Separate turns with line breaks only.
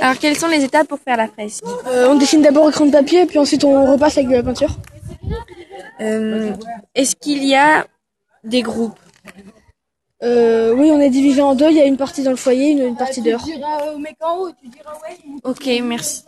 Alors quelles sont les étapes pour faire la fresque
Euh, on dessine d'abord au crayon de papier, puis ensuite on repasse avec de la peinture.
Euh, Est-ce qu'il y a des groupes
Euh, oui, on est divisé en deux. Il y a une partie dans le foyer, une, une partie dehors.
Ok, merci.